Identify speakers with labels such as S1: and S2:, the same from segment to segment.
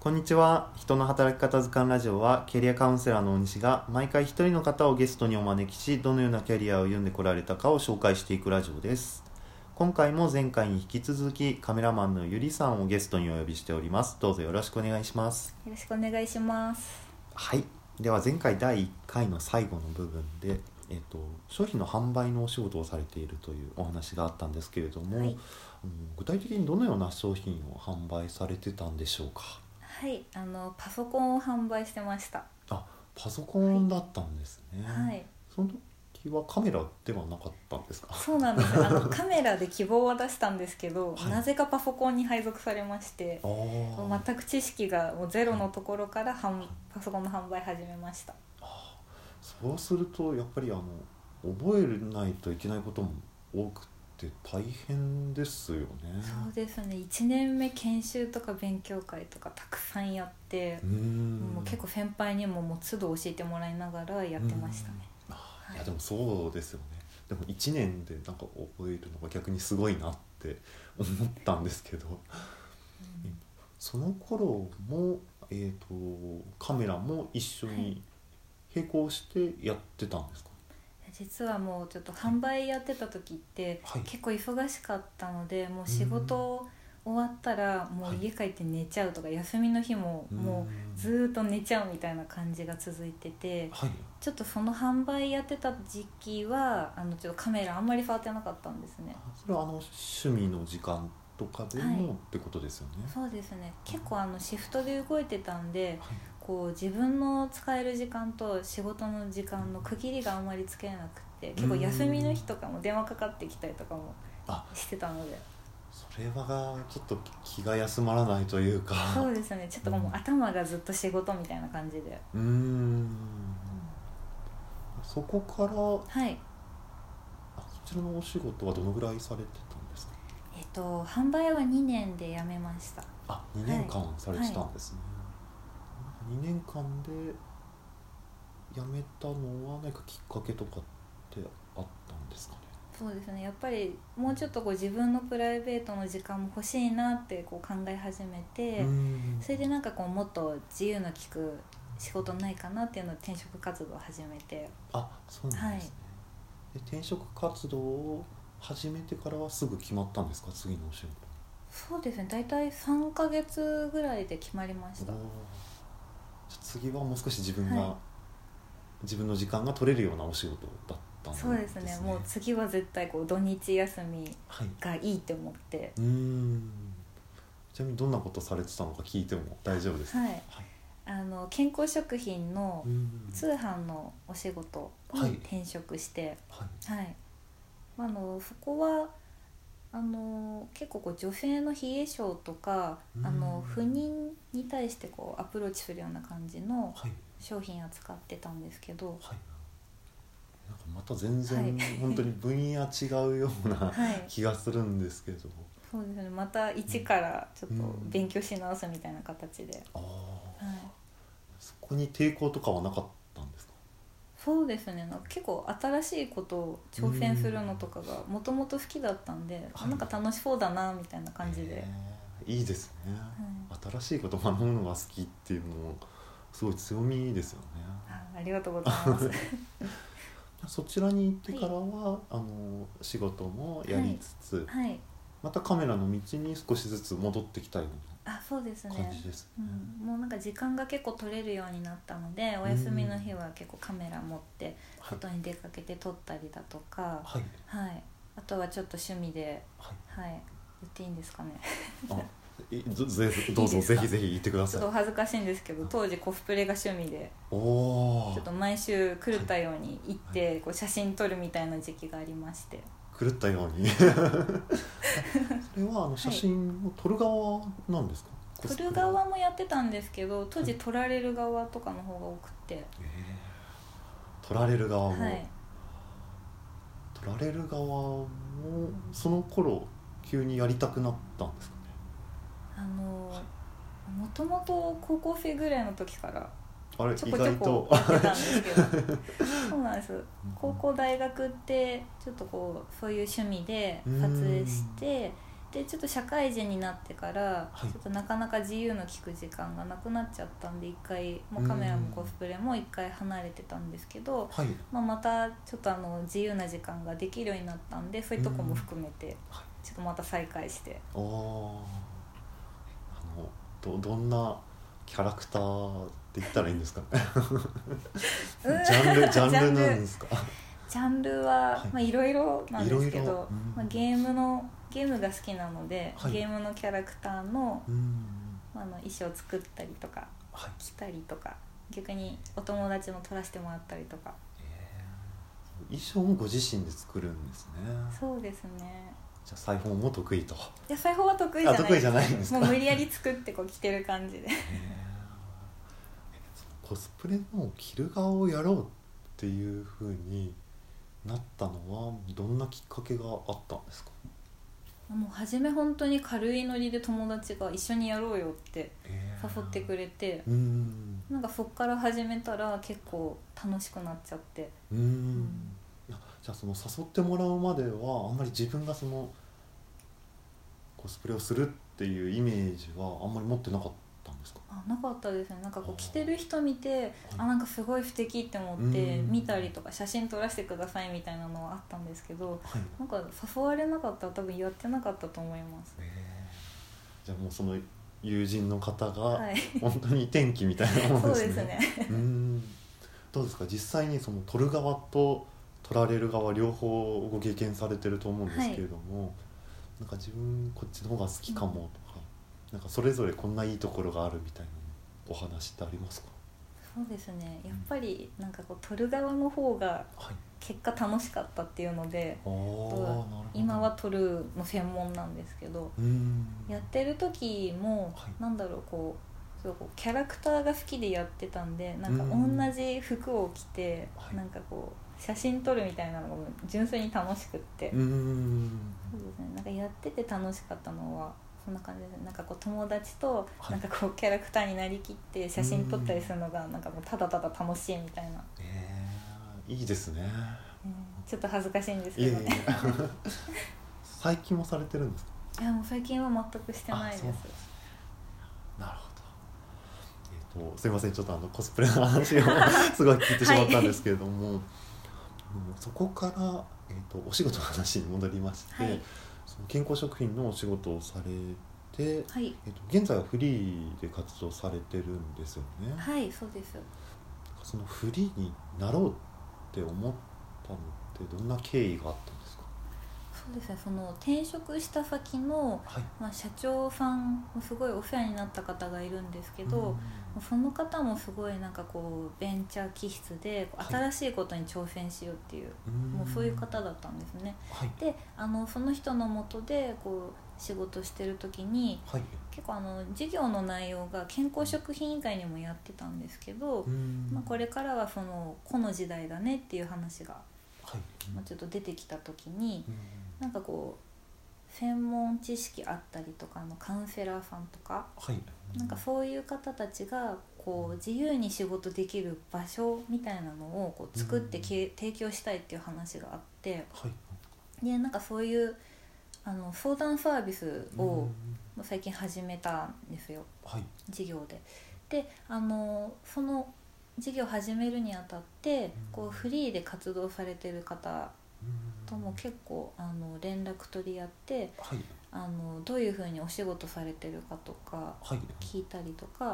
S1: こんにちは人の働き方図鑑ラジオはキャリアカウンセラーの大西が毎回一人の方をゲストにお招きしどのようなキャリアを読んでこられたかを紹介していくラジオです今回も前回に引き続きカメラマンのゆりさんをゲストにお呼びしておりますどうぞよろしくお願いします
S2: よろしくお願いします。
S1: はいでは前回第1回の最後の部分で、えっと商品の販売のお仕事をされているというお話があったんですけれども、
S2: はい
S1: うん具体的にどのような商品を販売されてたんでしょうか
S2: はい、あのパソコンを販売してました。
S1: あパソコンだったんですね、
S2: はい、
S1: その時はカメラではなかったんですか
S2: そうなんです。あ のカメラで希望は出したんですけど、
S1: はい
S2: なぜかパソコンに配属されまして、
S1: あ
S2: も
S1: ー、
S2: う全く知識がもうゼロのところから販パソコンの販売始めました。
S1: そうするとやっぱりあの覚えないといけないことも多くて大変ですよね
S2: そうですね。1年目研修とか勉強会とかたくさんやって
S1: う、ーん
S2: もう結構先輩にももう都度教えてもらいながらやってましたね。
S1: うんあー
S2: はい
S1: いやでもそうですよねでも1年でなんか覚えるのが逆にすごいなって 思ったんですけど
S2: うん
S1: その頃も、えー、とカメラも一緒
S2: は
S1: に
S2: い
S1: 並行してやってたんですか、
S2: 実はもうちょっと販売やってた時って、
S1: はい
S2: 結構忙しかったのでもう仕事終わったらもう家帰って寝ちゃうとか、休みの日ももうずーっと寝ちゃうみたいな感じが続いてて
S1: はい
S2: ちょっとその販売やってた時期はあのちょっとカメラあんまり触ってなかったんですね
S1: それはあの趣味の時間とかで
S2: はい
S1: もってことですよね、
S2: そうですね結構あのシフトで動いてたんで
S1: はい
S2: こう自分の使える時間と仕事の時間の区切りがあんまりつけなくて結構休みの日とかも電話かかってきたりとかも
S1: あ
S2: してたので
S1: それはちょっと気が休まらないというか
S2: そうですねちょっともう頭がずっと仕事みたいな感じで
S1: うーんそこから
S2: はい
S1: あそちらのお仕事はどのぐらいされてたんですか
S2: えっと販売は2年で辞めました
S1: あ2年間されてたんですね、2年間で辞めたのは何かきっかけとかってあったんですかね
S2: そうですねやっぱりもうちょっとこう自分のプライベートの時間も欲しいなってこう考え始めて
S1: うん
S2: それでなんかこうもっと自由の利く仕事ないかなっていうので転職活動を始めて
S1: あそうなんですね、で転職活動を始めてからはすぐ決まったんですか次のお仕事
S2: そうですね大体3ヶ月ぐらいで決まりまし
S1: おーじ
S2: た
S1: ゃあ次はもう少し自分が、
S2: はい
S1: 自分の時間が取れるようなお仕事だったんです
S2: そ
S1: ね
S2: うですねもう次は絶対こう土日休み
S1: はい
S2: がいいって思って
S1: うーんちなみにどんなことされてたのか聞いても大丈夫ですか
S2: はい
S1: はい
S2: あの健康食品の
S1: うん
S2: 通販のお仕事
S1: は
S2: に
S1: い
S2: 転職して、
S1: はい
S2: はいまああのそこはあの結構こう女性の冷え性とか
S1: うん
S2: あの不妊に対してこうアプローチするような感じの
S1: はい
S2: 商品扱ってたんですけど、
S1: はいなんかまた全然、
S2: はい
S1: 本当に分野違うような
S2: はい、
S1: 気がするんですけど
S2: そうですねまた一からちょっと
S1: うん
S2: 勉強し直すみたいな形で、
S1: ああ
S2: はい、
S1: そこに抵抗とかはなかったんですか
S2: そうですねなんか結構新しいことを挑戦するのとかがもともと好きだったんで、
S1: はい
S2: なんか楽しそうだなみたいな感じで、
S1: えーいいですね、新しいこと学ぶのが好きっていうのもすごい強みですよね
S2: あありがとうございます
S1: そちらに行ってからは、あの仕事もやりつつ、
S2: はい
S1: またカメラの道に少しずつ戻ってきたよう
S2: あそうです
S1: な感じ
S2: ね
S1: です
S2: う
S1: ね、
S2: ん、もうなんか時間が結構取れるようになったのでお休みの日は結構カメラ持って
S1: はい
S2: 外に出かけて撮ったりだとか、
S1: はい
S2: はい、あとはちょっと趣味で、
S1: はい
S2: はい、言っていいんですかね
S1: あいどぜどうぞ
S2: いいです
S1: ぜ
S2: か
S1: ひぜひ言ってくだ
S2: ち
S1: さ
S2: ょっ
S1: い
S2: とお恥ずかしいんですけど当時コスプレが趣味で
S1: おお
S2: ちょっと毎週狂ったように行ってこう写真撮るみたいな時期がありまして
S1: 狂ったよ うにそれはあの写真を撮る側なんですか、コ
S2: 撮
S1: スプレ
S2: る側もやってたんですけど当時撮られる側とかの方が多くて
S1: えー撮られる側も、
S2: はい
S1: 撮られる側もその頃急にやりたくなったんですかね
S2: あのもともと高校生ぐらいの時から
S1: あれ
S2: ちょ
S1: 意
S2: こちょ
S1: 外
S2: ことやってたんですけど そうなんです高校大学ってちょっとこうそういう趣味で撮影してでちょっと社会人になってから、
S1: はい
S2: ちょっとなかなか自由の利く時間がなくなっちゃったんで一回もうカメラもコスプレも一回離れてたんですけど、
S1: はい
S2: まあ、またちょっとあの自由な時間ができるようになったんでそういうとこも含めて
S1: はい
S2: ちょっとまた再開して
S1: おおあのどどんなキャラクターって言ったらいいんですかね ジ
S2: うん
S1: ャンルジャンル
S2: ジャ
S1: な
S2: ン
S1: ん
S2: ル
S1: ですか
S2: ジャンルは
S1: はい
S2: まあいろいろなんですけ
S1: いろいろ
S2: ど
S1: うん
S2: まあ、ゲームのゲームが好きなので、
S1: はい
S2: ゲームのキャラクターの,、
S1: うん
S2: あの衣装作ったりとか
S1: はい
S2: 着たりとか逆にお友達も撮らせてもらったりとか
S1: 衣装もご自身で作るんですね
S2: そうですね
S1: じゃあ裁縫も得意と
S2: 野菜法は得意じゃ
S1: あ
S2: ない
S1: 得意じゃ
S2: い
S1: ないんですか
S2: もう無理やり作ってこう着てる感じ で
S1: へえそのコスプレの着る側をやろうっていうふうになったのはどんなきっかけがあったんですか、
S2: もう初め本当に軽いノリで友達が一緒にやろうよって誘ってく
S1: れ
S2: れて
S1: うん
S2: なんかそっから始めたら結構楽しくなっちゃって
S1: うん、
S2: ん
S1: いやじゃあその誘ってもらうまではあんまり自分がそのコスプレをするっていうイメージはあんまり持ってなかったんですか
S2: あなかったですねなんかこう着てる人見て
S1: あー
S2: あなんかすごい素敵って思って
S1: うん
S2: 見たりとか写真撮らせてくださいみたいなのはあったんですけど
S1: はい
S2: なんか誘われなかったら多分やってなかったと思います
S1: じゃあもうその友人の方
S2: は
S1: が
S2: い
S1: 本当に天気みたいなも
S2: そ
S1: ん
S2: う
S1: で
S2: です
S1: ね
S2: すね
S1: うんどうですか実際にその撮る側と撮られる側両方ご経験されてると思うんですけれども、なんか自分こっちの方が好きかもとか、なんかそれぞれこんないいところがあるみたいなお話ってありますか、
S2: そうですねやっぱりなんかこう撮る側の方が
S1: はい、
S2: 結果楽しかったっていうので
S1: ああなるほど
S2: 今は撮るの専門なんですけど
S1: うん
S2: やってる時も、
S1: はい
S2: なんだろうこうすごいこうキャラクターが好きでやってたんでなんか
S1: うん
S2: 同じ服を着て、
S1: はい
S2: なんかこう写真撮るみたいなのが純粋に楽しくって、
S1: うん
S2: そうですねなんかやってて楽しかったのはそんな感じですねなんかこう友達と
S1: はい
S2: なんかこうキャラクターになりきって写真撮ったりするのがなんかもうただただ楽しいみたいな、
S1: えーいいですね
S2: うんちょっと恥ずかしいんです
S1: いえ
S2: け
S1: い
S2: ど
S1: え
S2: ね
S1: 最近もされてるんですか
S2: いやもう最近は全くしてないです
S1: あそうなるほど、えー、とすいませんちょっとあのコスプレの話をすごい聞いてしまったんですけれども、うんそこから、えー、とお仕事の話に戻りまして、
S2: はい
S1: その健康食品のお仕事をされて、
S2: はい
S1: えー、と現在はフリーで活動されてるんですよね、
S2: はいそうです
S1: そのフリーになろうって思ったのってどんな経緯があったんですか
S2: そうですねその転職した先の、
S1: はい
S2: まあ、社長さんもすごいお世話になった方がいるんですけど、
S1: うん
S2: その方もすごいなんかこうベンチャー気質でこう
S1: はい
S2: 新しいことに挑戦しようっていう、もうそういう方だったんですね。
S1: はい
S2: であのその人のもとでこう仕事してる時に
S1: はい
S2: 結構あの授業の内容が健康食品以外にもやってたんですけど、まあ、これからはその「この時代だね」っていう話が、
S1: はい
S2: まあ、ちょっと出てきた時に
S1: うん
S2: なんかこう専門知識あったりとかあのカウンセラーさんとか
S1: はい
S2: なんかそういう方たちがこう自由に仕事できる場所みたいなのをこう作ってけ、提供したいっていう話があって
S1: はい
S2: でなんかそういうあの相談サービス
S1: う
S2: を
S1: ん
S2: 最近始めたんですよ
S1: はい
S2: 事業で。であのその事業始めるにあたってこうフリーで活動されてる方とも結構あの連絡取り合って
S1: はい
S2: あのどういうふうにお仕事されてるかとか
S1: はい
S2: 聞いたりとか、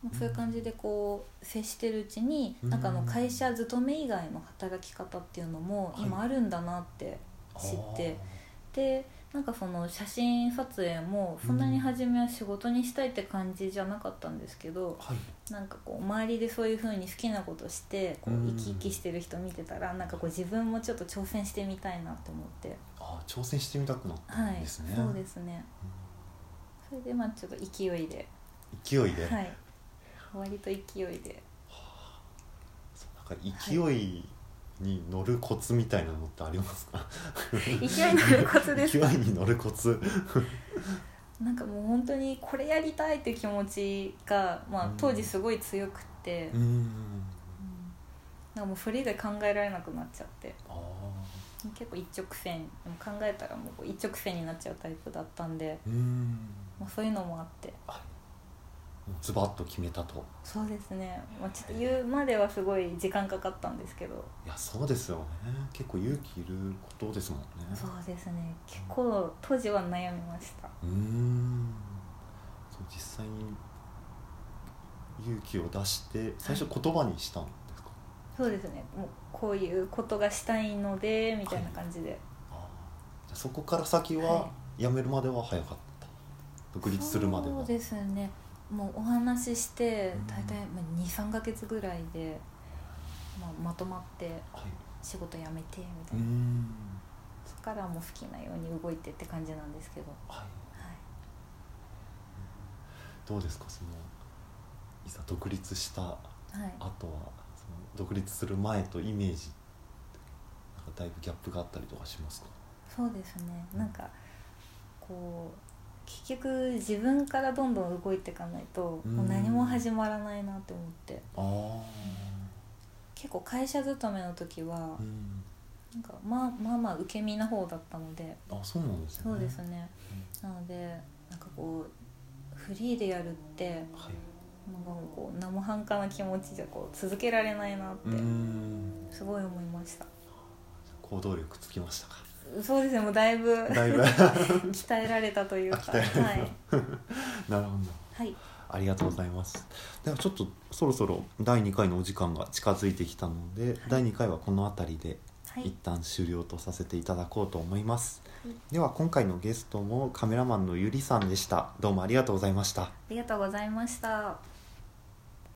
S2: まあそういう感じでこう接してるうちに、
S1: うん
S2: なんかあの会社勤め以外の働き方っていうのも
S1: はい
S2: 今あるんだなって、知ってでなんかその写真撮影もそんなに初めは仕事にしたいって感じじゃなかったんですけど
S1: あ、ーはい
S2: なんかこう周りでそういうふうに好きなことしてこ
S1: う
S2: うん生き生きしてる人見てたら、なんかこう自分もちょっと挑戦してみたいなと思って
S1: あー挑戦してみたくなった
S2: は
S1: ん
S2: い
S1: ですね、
S2: そうですねそれでまあちょっと勢いで
S1: うん勢いで、
S2: はい割と勢いで。
S1: そうなんか勢いに乗るコツみたいなのってありますか、
S2: 勢いに乗る コツです
S1: 勢いに乗るコツ
S2: なんかもう本当にこれやりたいっていう気持ちが、
S1: う
S2: まあ
S1: ん、
S2: 当時すごい強くって、
S1: うん
S2: なんかもうそれ以外考えられなくなっちゃって
S1: あー
S2: 私も結構一直線でも考えたらもう一直線になっちゃうタイプだったんで、
S1: うん
S2: まあ、そういうのもあって
S1: ズバッと決めたと
S2: そうですね、まあ、ちょっと言うまではすごい時間かかったんですけど
S1: いやそうですよね結構勇気いることですもんね
S2: そうですね結構当時は悩みました
S1: うーんそう実際に勇気を出して最初言葉にしたんですか、
S2: そうですねもうこういうことがしたいのでみたいな感じで、
S1: あーじゃあそこから先は
S2: は
S1: 辞めるまでは早かった独立するまでは
S2: そうですねもうお話しして
S1: うん
S2: 大体23か月ぐらいで、まあ、まとまって
S1: はい、
S2: 仕事辞めてみた
S1: う
S2: い
S1: ー
S2: な、
S1: ん
S2: そこからはもう好きなように動いてって感じなんですけど、
S1: はい
S2: はい、
S1: どうですかそのいざ独立した後は
S2: はい、
S1: その独立する前とイメージなんかだいぶギャップがあったりとかしますか
S2: そうですねなんかこう結局自分からどんどん動いていかないと
S1: うん
S2: もう何も始まらないなって思って
S1: ああ
S2: 結構会社勤めの時は
S1: うん
S2: なんかまあまあまあ受け身な方だったので
S1: あそうなんですね
S2: そうですねなのでなんかこうフリーでやるってなん
S1: はい
S2: かこう生半可な気持ちじゃこう続けられないなっ
S1: う
S2: て
S1: ーん
S2: すごい思いました
S1: 行動力つきましたか
S2: そうですねもうだいぶ
S1: だい ぶ
S2: 鍛えられたというか
S1: あ鍛えられた
S2: はい、
S1: なるほど
S2: はい、
S1: ありがとうございますではちょっとそろそろ第2回のお時間が近づいてきたので、第2回はこの辺りで
S2: は
S1: 一
S2: い、
S1: 旦終了とさせていただこうと思います、
S2: はい
S1: では今回のゲストもカメラマンのゆりさんでしたどうもありがとうございました
S2: ありがとうございました